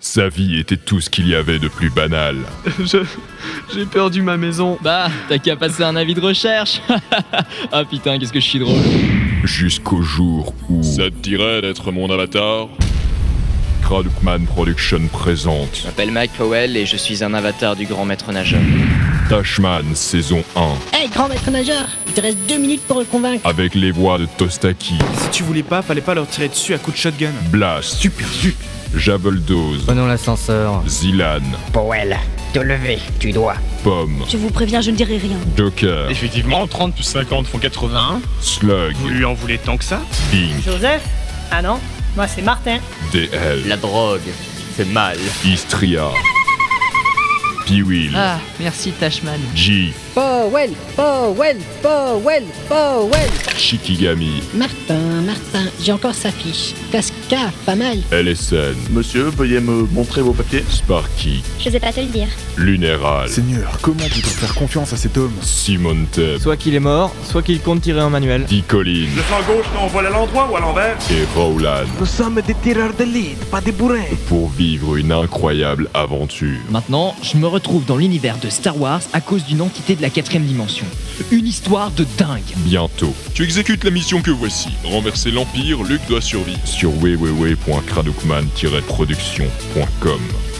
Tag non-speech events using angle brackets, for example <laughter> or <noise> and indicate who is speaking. Speaker 1: Sa vie était tout ce qu'il y avait de plus banal.
Speaker 2: Je. J'ai perdu ma maison.
Speaker 3: Bah, t'as qu'à passer un avis de recherche. <laughs> ah putain, qu'est-ce que je suis drôle.
Speaker 1: Jusqu'au jour où
Speaker 4: Ça te dirait d'être mon avatar
Speaker 1: Kradukman Production présente
Speaker 5: Je m'appelle Mike Powell et je suis un avatar du grand maître nageur.
Speaker 1: Tashman saison 1
Speaker 6: Hey, grand maître nageur, il te reste deux minutes pour le convaincre.
Speaker 1: avec les voix de Tostaki,
Speaker 7: Si tu voulais pas, fallait pas leur tirer dessus à coups de shotgun.
Speaker 1: Blast, Super Jabeldose,
Speaker 8: Prenons l'ascenseur.
Speaker 1: Zilan,
Speaker 9: Powell, te lever, tu dois.
Speaker 1: Pomme,
Speaker 10: Je vous préviens, je ne dirai rien.
Speaker 1: Joker,
Speaker 4: Effectivement, 30 plus 50 font 81.
Speaker 1: Slug,
Speaker 7: Vous lui en voulez tant que ça
Speaker 1: Bing,
Speaker 11: Joseph Ah non, moi c'est Martin.
Speaker 1: DL,
Speaker 5: La drogue, c'est mal.
Speaker 1: Istria, Piwil,
Speaker 3: Ah, merci Tashman.
Speaker 1: G,
Speaker 8: Powell, Powell, Powell, Powell.
Speaker 1: Shikigami,
Speaker 6: Martin, Martin, j'ai encore sa fiche. Casca, pas mal.
Speaker 1: LSN,
Speaker 4: Monsieur, veuillez me montrer vos papiers.
Speaker 1: Sparky,
Speaker 10: Je sais pas te le dire.
Speaker 1: Lunéral,
Speaker 12: Seigneur, comment peut-on faire confiance à cet homme
Speaker 1: Simon Teb,
Speaker 3: Soit qu'il est mort, soit qu'il compte tirer en manuel.
Speaker 1: Picolin
Speaker 7: flanc gauche, non, voilà l'endroit ou à l'envers
Speaker 1: et Rowland
Speaker 9: Nous sommes des tireurs d'élite, pas des bourrins.
Speaker 1: pour vivre une incroyable aventure.
Speaker 3: Maintenant, je me retrouve dans l'univers de Star Wars à cause d'une entité de la quatrième dimension. Une histoire de dingue.
Speaker 1: Bientôt
Speaker 4: Tu exécutes la mission que voici. Renverser l'Empire, Luke doit survivre.
Speaker 1: sur www.cradoukman-production.com.